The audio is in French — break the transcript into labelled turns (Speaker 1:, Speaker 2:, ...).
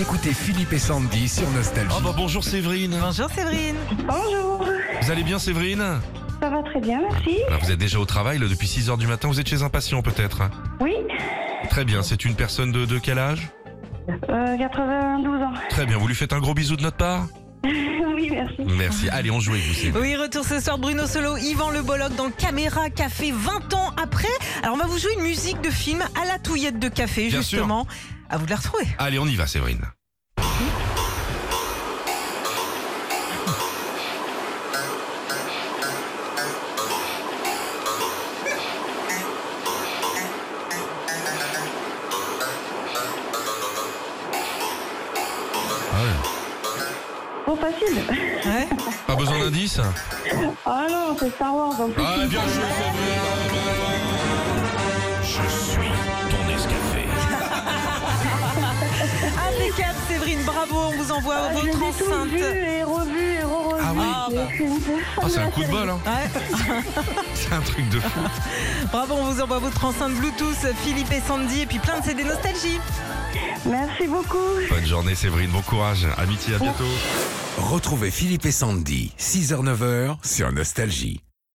Speaker 1: écoutez Philippe et Sandy sur Nostalgie.
Speaker 2: Ah bah bonjour Séverine.
Speaker 3: Bonjour Séverine.
Speaker 4: Bonjour,
Speaker 2: Vous allez bien Séverine
Speaker 4: ça va très bien, merci.
Speaker 2: Alors vous êtes déjà au travail là, depuis 6 heures du matin, vous êtes chez un patient peut-être.
Speaker 4: Oui,
Speaker 2: Très bien, c'est une personne de, de quel âge
Speaker 4: euh, 92 ans.
Speaker 2: Très bien, vous lui faites un gros bisou de notre part
Speaker 4: oui, merci.
Speaker 2: Merci. Allez, on joue avec vous Séverine.
Speaker 3: Oui, retour ce soir Bruno Solo, Yvan Le Bolloc dans Caméra Café 20 ans après. Alors on va vous jouer une musique de film à la touillette de café
Speaker 2: Bien sûr.
Speaker 3: justement. À vous de la retrouver.
Speaker 2: Allez, on y va Séverine. Ah
Speaker 4: Trop facile.
Speaker 3: Ouais.
Speaker 2: Pas besoin d'indice
Speaker 4: Ah non, c'est Star Wars en plus.
Speaker 2: Ah, bien joué Séverine. Je suis ton escafé.
Speaker 3: Impeccable Séverine, bravo, on vous envoie
Speaker 4: Ah, je les ai
Speaker 3: votre
Speaker 4: tous vus
Speaker 3: enceinte.
Speaker 4: et revus et re-revus.
Speaker 2: Ah oui.
Speaker 3: Ah, bah.
Speaker 2: Ah, c'est un coup de bol hein.
Speaker 3: Ouais.
Speaker 2: C'est un truc de fou.
Speaker 3: Bravo, on vous envoie votre enceinte Bluetooth, Philippe et Sandy, et puis plein de CD nostalgie.
Speaker 4: Merci beaucoup.
Speaker 2: Bonne journée Séverine, bon courage, amitié, à bientôt.
Speaker 1: Retrouvez Philippe et Sandy, 6h-9h sur Nostalgie.